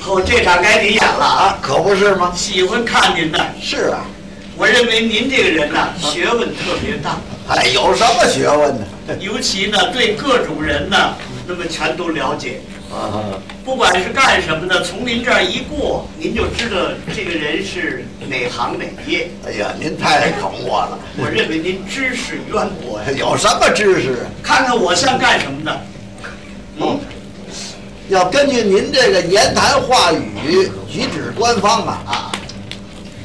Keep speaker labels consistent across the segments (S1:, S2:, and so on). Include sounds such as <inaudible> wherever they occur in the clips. S1: 后哦这场该您演了啊！
S2: 可不是吗？
S1: 喜欢看您的，
S2: 是啊，
S1: 我认为您这个人呐，学问特别大，
S2: 哎，有什么学问呢？
S1: 尤其呢对各种人呢，那么全都了解。
S2: 啊，
S1: 不管是干什么的，从您这儿一过，您就知道这个人是哪行哪业。
S2: 哎呀，您太捧我了，
S1: 我认为您知识渊博呀。 <laughs>
S2: 有什么知识啊？
S1: 看看我像干什么的？嗯，
S2: 要根据您这个言谈话语、举止端方啊，
S1: 啊，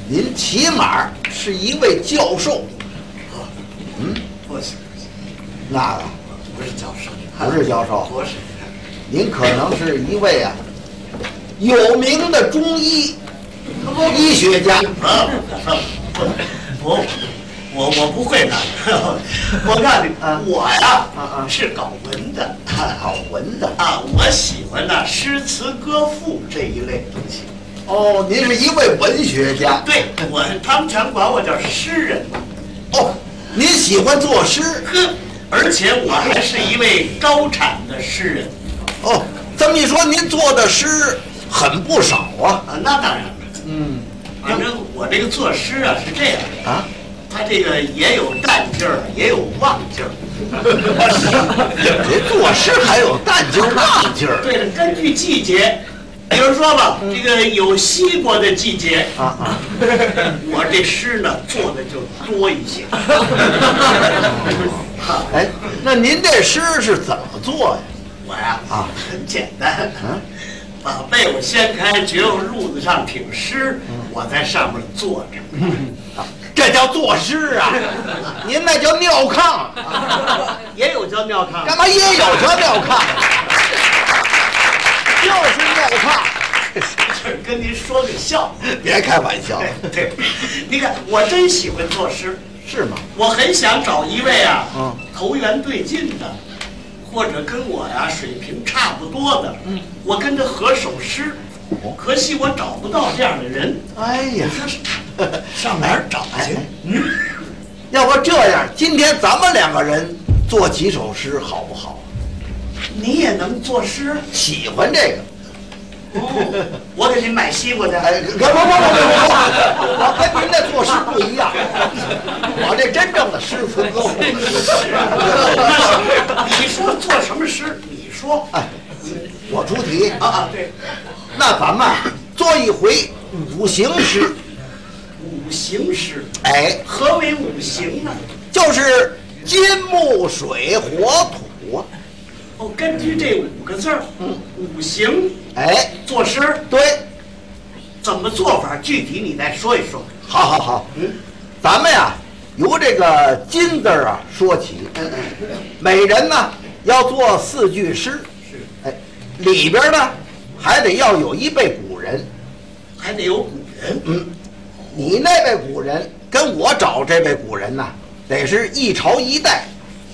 S2: 您起码是一位教授，
S1: 不是
S2: 那
S1: 不是教授，
S2: 不是教授，
S1: 博士，啊
S2: 您可能是一位啊有名的中医医学家。
S1: 啊， <laughs> 我我我不会的，我告诉你，
S2: 啊
S1: 我呀、
S2: 啊啊
S1: 是搞文的，
S2: 好文的
S1: 啊，我喜欢呢诗词歌赋这一类东西。
S2: 哦，您是一位文学家
S1: 对我，他们全管我叫诗人嘛，
S2: 哦，您喜欢作诗
S1: 呵，而且我还是一位高产的诗人
S2: 哦。这么一说，您做的诗很不少啊。
S1: 啊，那当然了，
S2: 嗯
S1: 反正我这个作诗啊是这样的。
S2: 啊，
S1: 他这个也有淡劲儿，也有旺劲儿。
S2: 您作诗还有淡劲儿、浪劲儿
S1: 对了，根据季节，比如说吧，
S2: 嗯
S1: 这个有西瓜的季节，
S2: 啊啊！
S1: 我这诗呢做的就多一些。
S2: 哎，那您这诗是怎么做呀？
S1: 我呀
S2: 啊，
S1: 很简单
S2: 嗯，
S1: 把被我掀开，觉悟褥子上挺尸，
S2: 嗯
S1: 我在上面坐
S2: <laughs>
S1: 着。
S2: 这叫作诗啊！您那叫尿炕，
S1: 也有叫尿炕
S2: 干嘛也有叫尿炕？啊就是尿炕，
S1: 就是跟您说个笑话。
S2: 别开玩笑了，
S1: 对对，你看，我真喜欢作诗。
S2: 是吗？
S1: 我很想找一位啊，
S2: 嗯
S1: 投缘对劲的，或者跟我呀、水平差不多的，我跟他合首诗。可惜我找不到这样的人，
S2: 哎呀， <laughs> 哎
S1: 上哪儿找去？嗯，
S2: 要不这样，今天咱们两个人做几首诗好不好？
S1: 你也能作诗？
S2: 喜欢这个。
S1: 哦， <laughs> 我给你买西瓜去。 <laughs>
S2: 哎，不不不不不不，我跟您的作诗不一样，我这真正的诗词歌赋。
S1: 那行你说做什么诗？你说
S2: 哎，我出题，
S1: 啊啊，对，
S2: 那咱们做一回五行诗，
S1: 五行诗。
S2: 哎，
S1: 何为五行呢？
S2: 就是金木水火土啊，
S1: 哦，根据这五个字儿，五行
S2: 哎，
S1: 作诗。
S2: 对，
S1: 怎么做法？具体你再说一说。
S2: 好好好，
S1: 嗯
S2: 咱们呀由这个金字儿啊说起，
S1: 嗯嗯，
S2: 每人呢要做四句诗，
S1: 是，
S2: 哎，里边呢还得要有一位古人。
S1: 还得有古人。嗯，
S2: 你那位古人跟我找这位古人呐、得是一朝一代，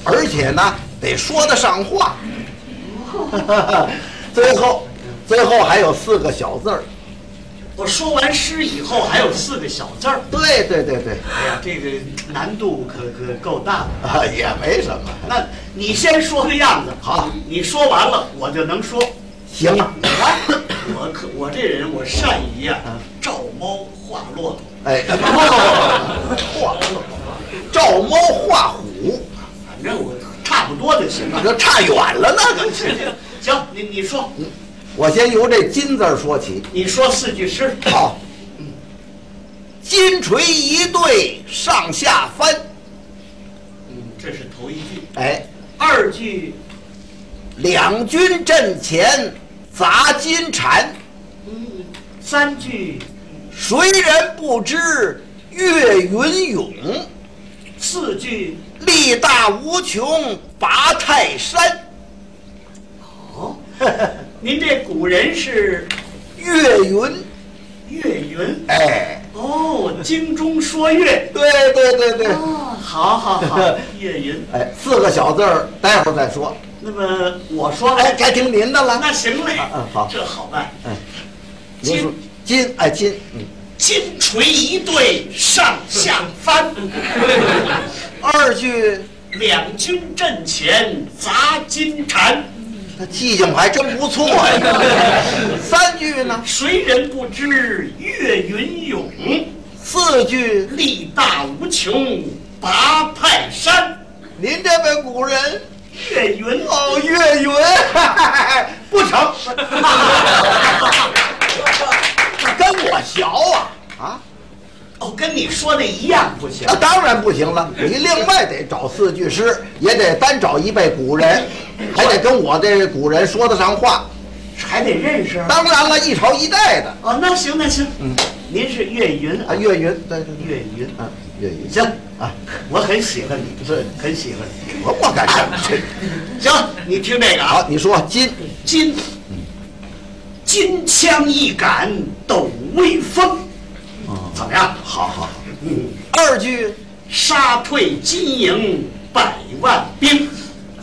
S2: 而且呢，得说得上话。 <laughs> 最后，最后还有四个小字儿。
S1: 我说完诗以后还有四个小字儿。
S2: 对对对对，
S1: 哎呀，这个难度可可够大的。
S2: 啊，也没什么。
S1: 那你先说个样子，
S2: 好，
S1: 你说完了我就能说。
S2: 行啊，
S1: 你看，我可我这人我善于呀、照猫画骆驼。
S2: 哎， <laughs> 不不不，画照猫画虎，
S1: 反正我差不多就行
S2: 那
S1: 了。
S2: 就差远了那个。
S1: 行，你你说，
S2: 我先由这金字儿说起。
S1: 你说四句诗。
S2: 好，金锤一对上下翻，
S1: 嗯，这是头一句。
S2: 哎。
S1: 二句，
S2: 两军阵前砸金蝉，
S1: 嗯，三句，
S2: 谁人不知岳云勇？
S1: 四句。
S2: 力大无穷拔泰山。
S1: 哦，您这古人是
S2: 岳云，
S1: 岳云
S2: 哎，
S1: 哦，京中说岳
S2: 对对对对，
S1: 哦，好好 <laughs> 好，岳云。
S2: 哎，四个小字儿，待会儿再说。
S1: 那么我说
S2: 哎，
S1: 来，
S2: 该听您的了。
S1: 那行嘞，
S2: 嗯好
S1: 这啊好嗯办。
S2: 您说金，哎金，嗯，
S1: 金锤一对上下翻， <laughs>
S2: 二句，
S1: 两军阵前砸金蝉。
S2: 他记性还真不错呀。三句呢，
S1: 谁人不知岳云勇？
S2: 四句，
S1: 力大无穷拔泰山。
S2: 您这位古人
S1: 岳云
S2: 哦，岳云， <laughs> 不成，跟我学啊啊！
S1: <laughs> 哦，跟你说的一样不行
S2: 那当然不行了，你另外得找四句诗，也得单找一位古人，还得跟我这古人说得上话。
S1: 还得认识。啊
S2: 当然了，一朝一代的
S1: 哦，那行那行，您是岳云
S2: 啊，岳云，对对
S1: 岳云
S2: 对，啊，岳云，
S1: 行
S2: 啊，
S1: 我很喜欢你，
S2: 是
S1: 很喜欢你。
S2: 我我干什么去？
S1: 行，你听这个啊
S2: 好，，你说金
S1: 金金枪易杆抖威风，怎么样？哦好好好，嗯，
S2: 二句，
S1: 杀退金营百万兵，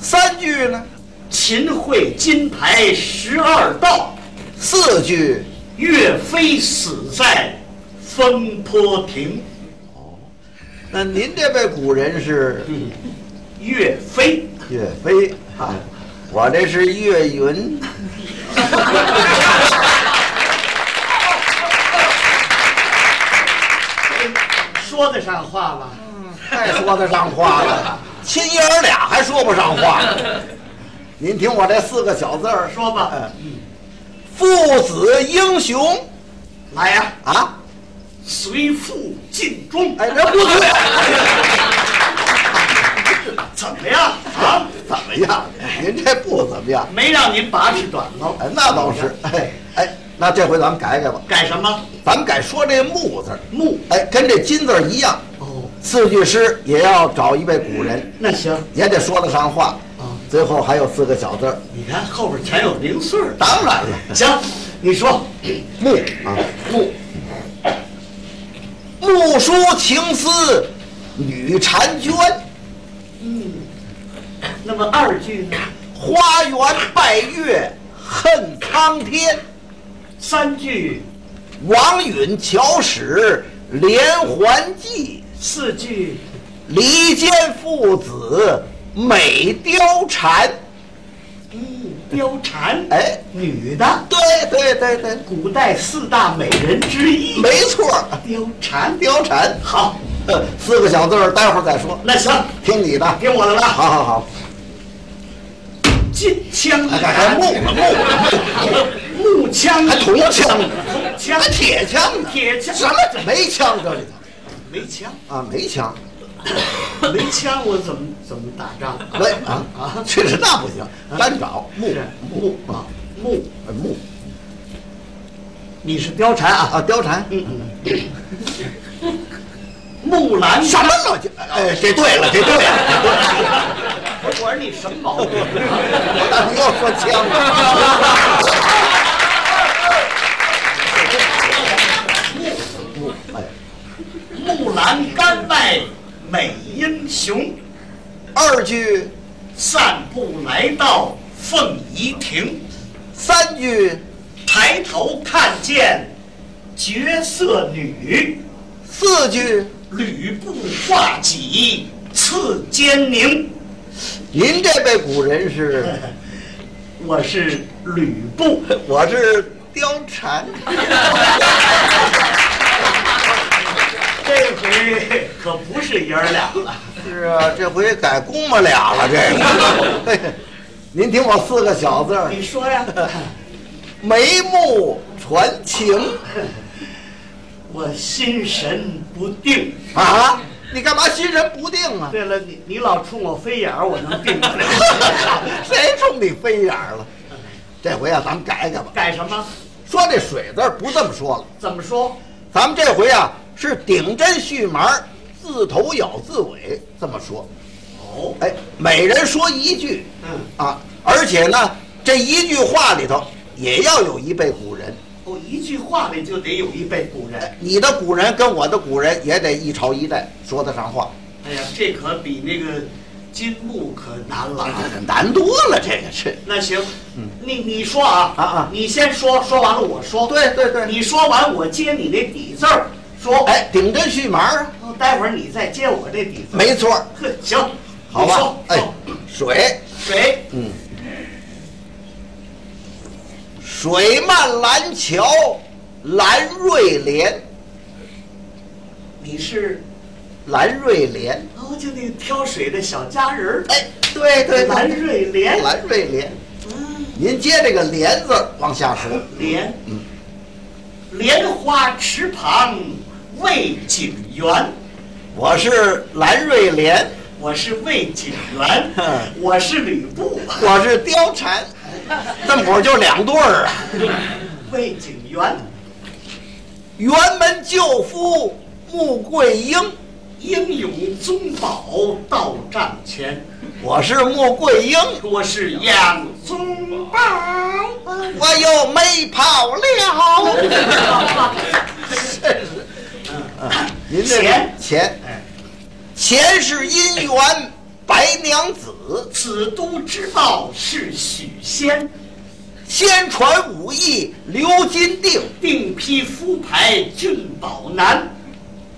S2: 三句呢？
S1: 秦桧金牌十二道，
S2: 四句，
S1: 岳飞死在风波亭。
S2: 那您这位古人是
S1: 岳飞，
S2: 岳飞啊，我这是岳云。
S1: 嗯说得上话吗？
S2: 太说得上话了，亲爷儿俩还说不上话。您听我这四个小字儿，
S1: 说吧
S2: 嗯，父子英雄
S1: 来呀、
S2: 啊！
S1: 随父尽忠。
S2: 哎，这不对，
S1: 怎么样啊？
S2: 怎么样？您这不怎么样？
S1: 没让您把持短喽。
S2: 哎，那倒是。哎哎，那这回咱们改改吧，
S1: 改什么
S2: 咱们改说这木字儿，
S1: 木？
S2: 哎，跟这金字儿一样。
S1: 哦，
S2: 四句诗也要找一位古人，
S1: 那行，
S2: 也得说得上话
S1: 啊。
S2: 最后还有四个小字儿，
S1: 你看后边全有零碎儿。
S2: 当然了，
S1: 行，你说
S2: 木啊。
S1: 木
S2: 木梳情思女婵娟，
S1: 那么二句呢？
S2: 花园拜月恨苍天。
S1: 三句、
S2: 王允巧使连环计，
S1: 四句、
S2: 离间父子美貂蝉。
S1: 嗯，貂蝉，
S2: 哎，
S1: 女的，
S2: 对对对对，
S1: 古代四大美人之一，
S2: 没错儿，
S1: 貂蝉。
S2: 貂蝉。
S1: 好，
S2: 呃四个小字儿，待会儿再说，
S1: 那行，
S2: 听你的。
S1: 听我的了。
S2: 好好好，
S1: 金枪易
S2: 哎
S1: 杆，
S2: 还木了木了，
S1: 木枪易
S2: 还铜枪呢，
S1: 铜枪
S2: 还铁枪呢，
S1: 铁枪
S2: 什么没枪这里头
S1: 没枪，
S2: 啊？没枪。
S1: 没枪我怎么怎么打仗？
S2: 对啊啊，确实那不行，单找木
S1: 是
S2: 木啊
S1: 木，
S2: 木
S1: 你是貂蝉啊？
S2: 啊貂蝉，
S1: 木兰
S2: 什么乱七？哎，这对 <laughs> 了，这对了，
S1: 我说你什么毛病？
S2: 我咋又说枪了？木木哎，
S1: 木兰甘外美英雄，
S2: 二句
S1: 散步来到凤仪亭，
S2: 三句
S1: 抬头看见绝色女，
S2: 四句，
S1: 吕布画戟刺奸宁。
S2: 您这位古人是，
S1: 我是吕布，
S2: 我是貂蝉，
S1: 这回可不是爷儿俩了。
S2: 是啊，这回改公母俩了，这个。您听我四个小字儿，
S1: 你说呀，
S2: 眉目传情
S1: 我心神不定。
S2: 啊！你干嘛心神不定啊？
S1: <laughs>
S2: <laughs>
S1: 对了，你你老冲我飞眼儿，我能定得了。
S2: 谁冲你飞眼儿了？这回啊，咱们改改吧。
S1: <laughs> 改什么？
S2: 说这水字儿不这么说了，
S1: 怎么说？
S2: 咱们这回啊是顶针续麻儿，自头咬自尾这么说。
S1: 哦，
S2: 哎，每人说一句
S1: 嗯，
S2: 啊，而且呢，这一句话里头也要有一辈古人。
S1: 哦，一句话里就得有一辈古人。
S2: 你的古人跟我的古人也得一朝一代说得上话，
S1: 哎呀，这可比那个金木可难
S2: 嗯
S1: 了啊。
S2: 难多了，这个是。
S1: <laughs> 那行，你你说啊
S2: 嗯啊啊
S1: 你先说，说完了我说。，
S2: 对对对，
S1: 你说完我接你那底字儿，说。，哦
S2: 哎，顶针续麻儿啊，
S1: 待会儿你再接我这底字。，
S2: 没错儿，
S1: 呵，行，
S2: 好
S1: 你
S2: 吧
S1: 说？
S2: 哎
S1: 说，
S2: 水，
S1: 谁？
S2: 嗯，水漫蓝桥蓝瑞莲，
S1: 你是
S2: 蓝瑞莲。
S1: 哦，就那个挑水的小佳人儿，
S2: 哎，对对，
S1: 蓝瑞莲，
S2: 蓝瑞莲。
S1: 嗯，
S2: 您接这个“莲”字往下说。
S1: 莲，
S2: 嗯，
S1: 莲花池旁魏景元，
S2: 我是蓝瑞莲，，
S1: 我是魏景元我是吕布，
S2: 我是貂蝉，这么会儿就两对儿啊。
S1: 魏景元，
S2: 辕门救夫穆桂英，
S1: 英勇宗保到帐前，
S2: 我是穆桂英。
S1: 我是杨宗保。
S2: 我又没跑了。您
S1: 钱
S2: 这个钱，
S1: 哎
S2: 钱是姻缘白娘子，
S1: 此都之道是许仙，
S2: 先传武艺刘金定，
S1: 定披夫牌俊宝男，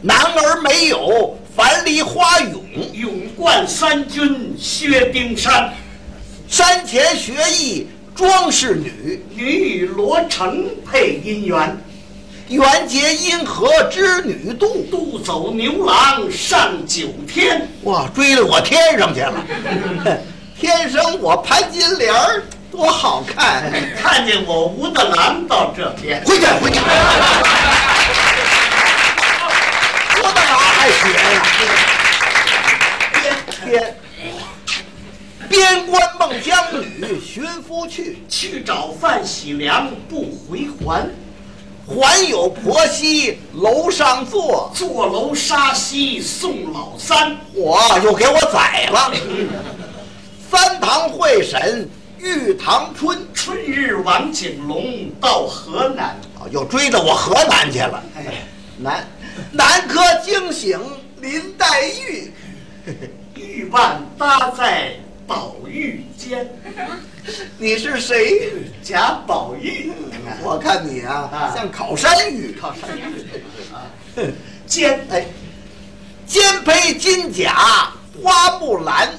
S2: 男儿没有樊梨花勇，
S1: 勇冠三军薛丁山，
S2: 山前学艺庄氏女，
S1: 女与罗成配姻缘，
S2: 缘结因何织女渡。
S1: 渡走牛郎上九天，
S2: 哇，追了我天上去了，天生我潘金莲儿多好看。
S1: 看见我武大郎到这边，
S2: 回去回去。我干嘛还学呀？边边关孟姜女寻夫去，
S1: 去找范喜良不回还，
S2: 还有婆媳楼上坐，
S1: 坐楼杀西送老三，
S2: 我又给我宰了。三堂会审玉堂春，
S1: 春日王景龙到河南，
S2: 啊又追到我河南去了。
S1: 哎，
S2: 南南柯惊醒林黛玉，
S1: 玉腕搭在宝玉间，
S2: 你是谁？
S1: 贾宝玉
S2: 我看你啊
S1: 啊，
S2: 像烤山芋。
S1: 靠山啊，肩
S2: 哎，肩披金甲花木兰。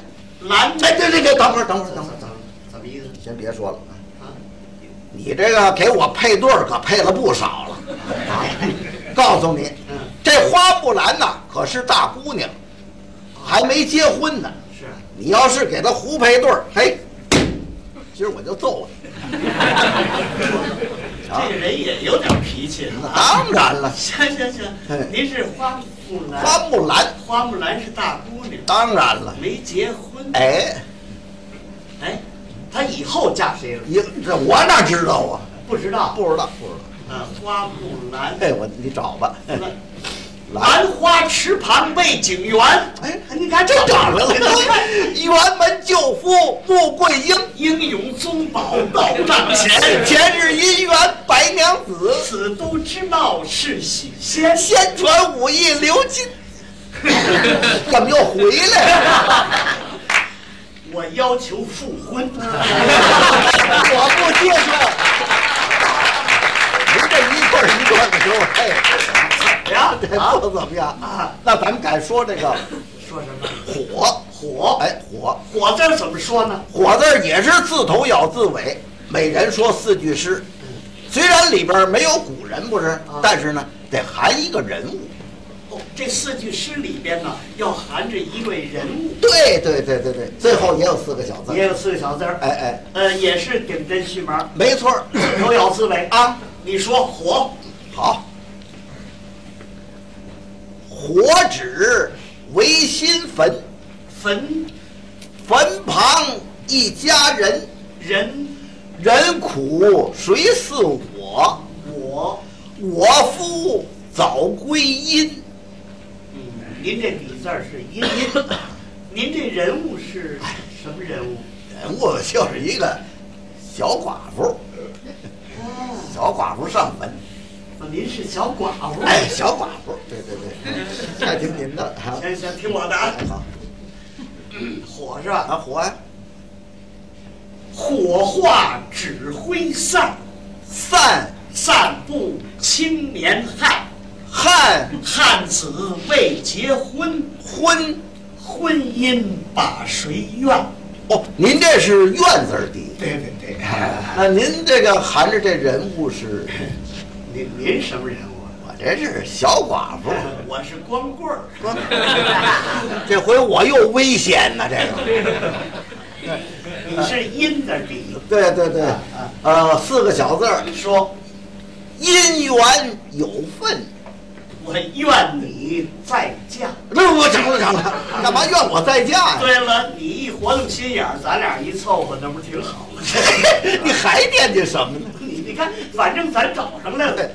S1: 蓝
S2: 哎，对对对，等会儿，等会儿，等会儿，等会儿，
S1: 怎么意思
S2: 先别说了啊！
S1: 啊？
S2: 你这个给我配对儿可配了不少了啊！告诉你，
S1: 嗯，
S2: 这花木兰呐，可是大姑娘，还没结婚呢。
S1: 是
S2: 你要是给她胡配对儿，嘿，今儿我就揍你！啊
S1: 这个人也有点脾气
S2: 那
S1: 啊。
S2: 当然了，
S1: 行行行
S2: 哎，
S1: 您是花木兰，
S2: 花木兰，
S1: 花木兰是大姑娘，
S2: 当然了。
S1: 没结婚。
S2: 哎，
S1: 哎，她以后嫁谁了？
S2: 你这我哪知道啊？
S1: 不知道。
S2: 不知道，不知道。
S1: 啊，花木兰，
S2: 哎，我你找吧。来，
S1: 兰花池旁魏景元。
S2: 哎，
S1: 你看
S2: 真找着了 <laughs>
S1: 你看。。
S2: 辕门救夫穆桂英，
S1: 英勇宗保到帐
S2: 前
S1: 前，
S2: 前世姻缘白娘子，
S1: 此都之貌是许仙。
S2: 先传武艺刘金。 <laughs> 怎么又回来了？
S1: 我要求复婚。哎
S2: 我不接受。您这一对儿一对儿的给我配， <laughs>
S1: 呀
S2: 啊这不怎么样
S1: 啊？
S2: 那咱们敢说这个
S1: 说什么？
S2: 火？
S1: 火
S2: 哎，火，
S1: 火字儿怎么说呢？
S2: 火字儿也是自头咬自尾，每人说四句诗。虽然里边儿没有古人，不是，但是呢，得含一个人物。
S1: 哦，这四句诗里边呢，要含着一位人物，
S2: 对对对对对，最后也有四个小字儿。
S1: 也有四个小字儿，
S2: 哎哎，
S1: 呃，也是顶针续麻，
S2: 没错 <laughs> 儿
S1: 头咬自尾。
S2: 啊。
S1: 你说火，
S2: 好，火指为新坟，
S1: 坟
S2: 坟旁一家人，
S1: 人
S2: 人苦谁似我？
S1: 我，
S2: 我夫早归阴。
S1: 嗯，您这底字儿是音音，您这人物是什么人物？
S2: 人物就是一个小寡妇，
S1: 哦，
S2: 小寡妇上坟。
S1: 您是小寡妇。
S2: 哎，小寡妇，对对对，爱听您的啊。
S1: 行行，听我的啊，
S2: 哎好，
S1: 火是吧？
S2: 啊火呀，
S1: 火化指挥散，
S2: 散
S1: 散布青年汉，
S2: 汉
S1: 汉子未结婚，
S2: 昏。
S1: 婚姻把谁怨？
S2: 哦，您这是院字儿底。
S1: 对对对，
S2: 哎那您这个含着这人物是，
S1: 您您什么人物啊？
S2: 我这是小寡妇，
S1: <laughs> 我是光棍儿，
S2: 光 <laughs> 这回我又危险呢、这个。
S1: 你是阴的底，
S2: 对对对，呃，四个小字儿，
S1: 说
S2: 姻缘有份。
S1: 我愿你再嫁。
S2: 那我成了成了，干嘛怨我啊在家呀？
S1: 对了，你一活动心眼儿，咱俩一凑合，那不挺好吗？
S2: <laughs>
S1: <laughs>
S2: 你还惦记什么呢？
S1: 你你看，反正咱找上来了
S2: 对，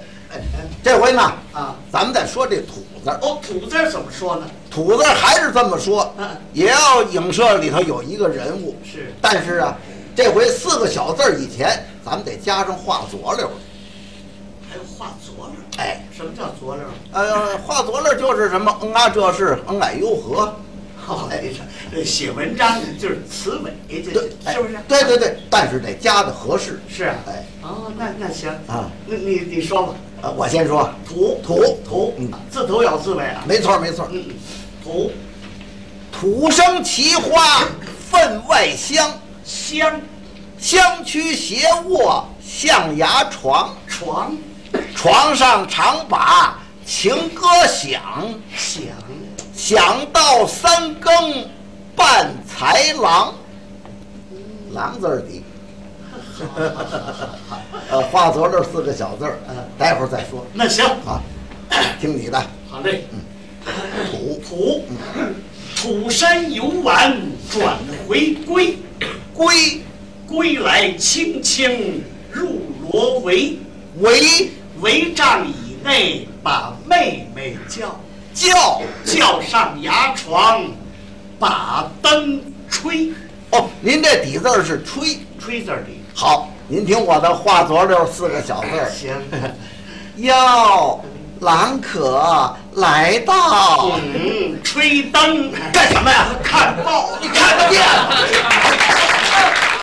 S2: 这回呢，
S1: 啊。
S2: 咱们再说这土字儿，
S1: 哦，土字儿怎么说呢？
S2: 土字儿还是这么说，也要影射里头有一个人物，
S1: 是
S2: 但嗯是啊，这回四个小字儿以前，咱们得加上画左溜儿。
S1: 还有画佐料。
S2: 哎，
S1: 什么叫佐料？
S2: 呃，画左溜儿就是什么？嗯啊，这是嗯哎呦呵，
S1: 哦，哎这写文章就是词尾，这
S2: 对，
S1: 这
S2: 哎
S1: 是不是？
S2: 对对对，但是得加的合适。
S1: 是啊。
S2: 哎，
S1: 哦，那那行
S2: 啊，
S1: 那你你说吧，
S2: 呃，我先说，
S1: 土
S2: 土
S1: 土
S2: 嗯，
S1: 字头咬字尾啊。
S2: 没错儿没错儿，
S1: 嗯，土
S2: 土生奇花分外香，
S1: 香
S2: 香躯斜卧象牙床，
S1: 床
S2: 床上常把情歌响，
S1: 响
S2: 想到三更伴才郎。郎字儿底， <laughs> 呃，画左这四个小字儿呃
S1: 嗯，
S2: 待会儿再说
S1: 那行，
S2: 啊，听你的。
S1: 好嘞。
S2: 土
S1: 嗯土土山游玩转回归，
S2: 归
S1: 归来青青入罗围，
S2: 为
S1: 围帐以内把妹妹叫，
S2: 教
S1: 叫上牙床，把灯吹，
S2: 哦，您这底字儿是吹，
S1: 吹字儿 <laughs> 里
S2: 好，您听我的画左溜儿四个小字儿。
S1: 行。
S2: 哟，郎可来到，
S1: 嗯，吹灯干什么呀？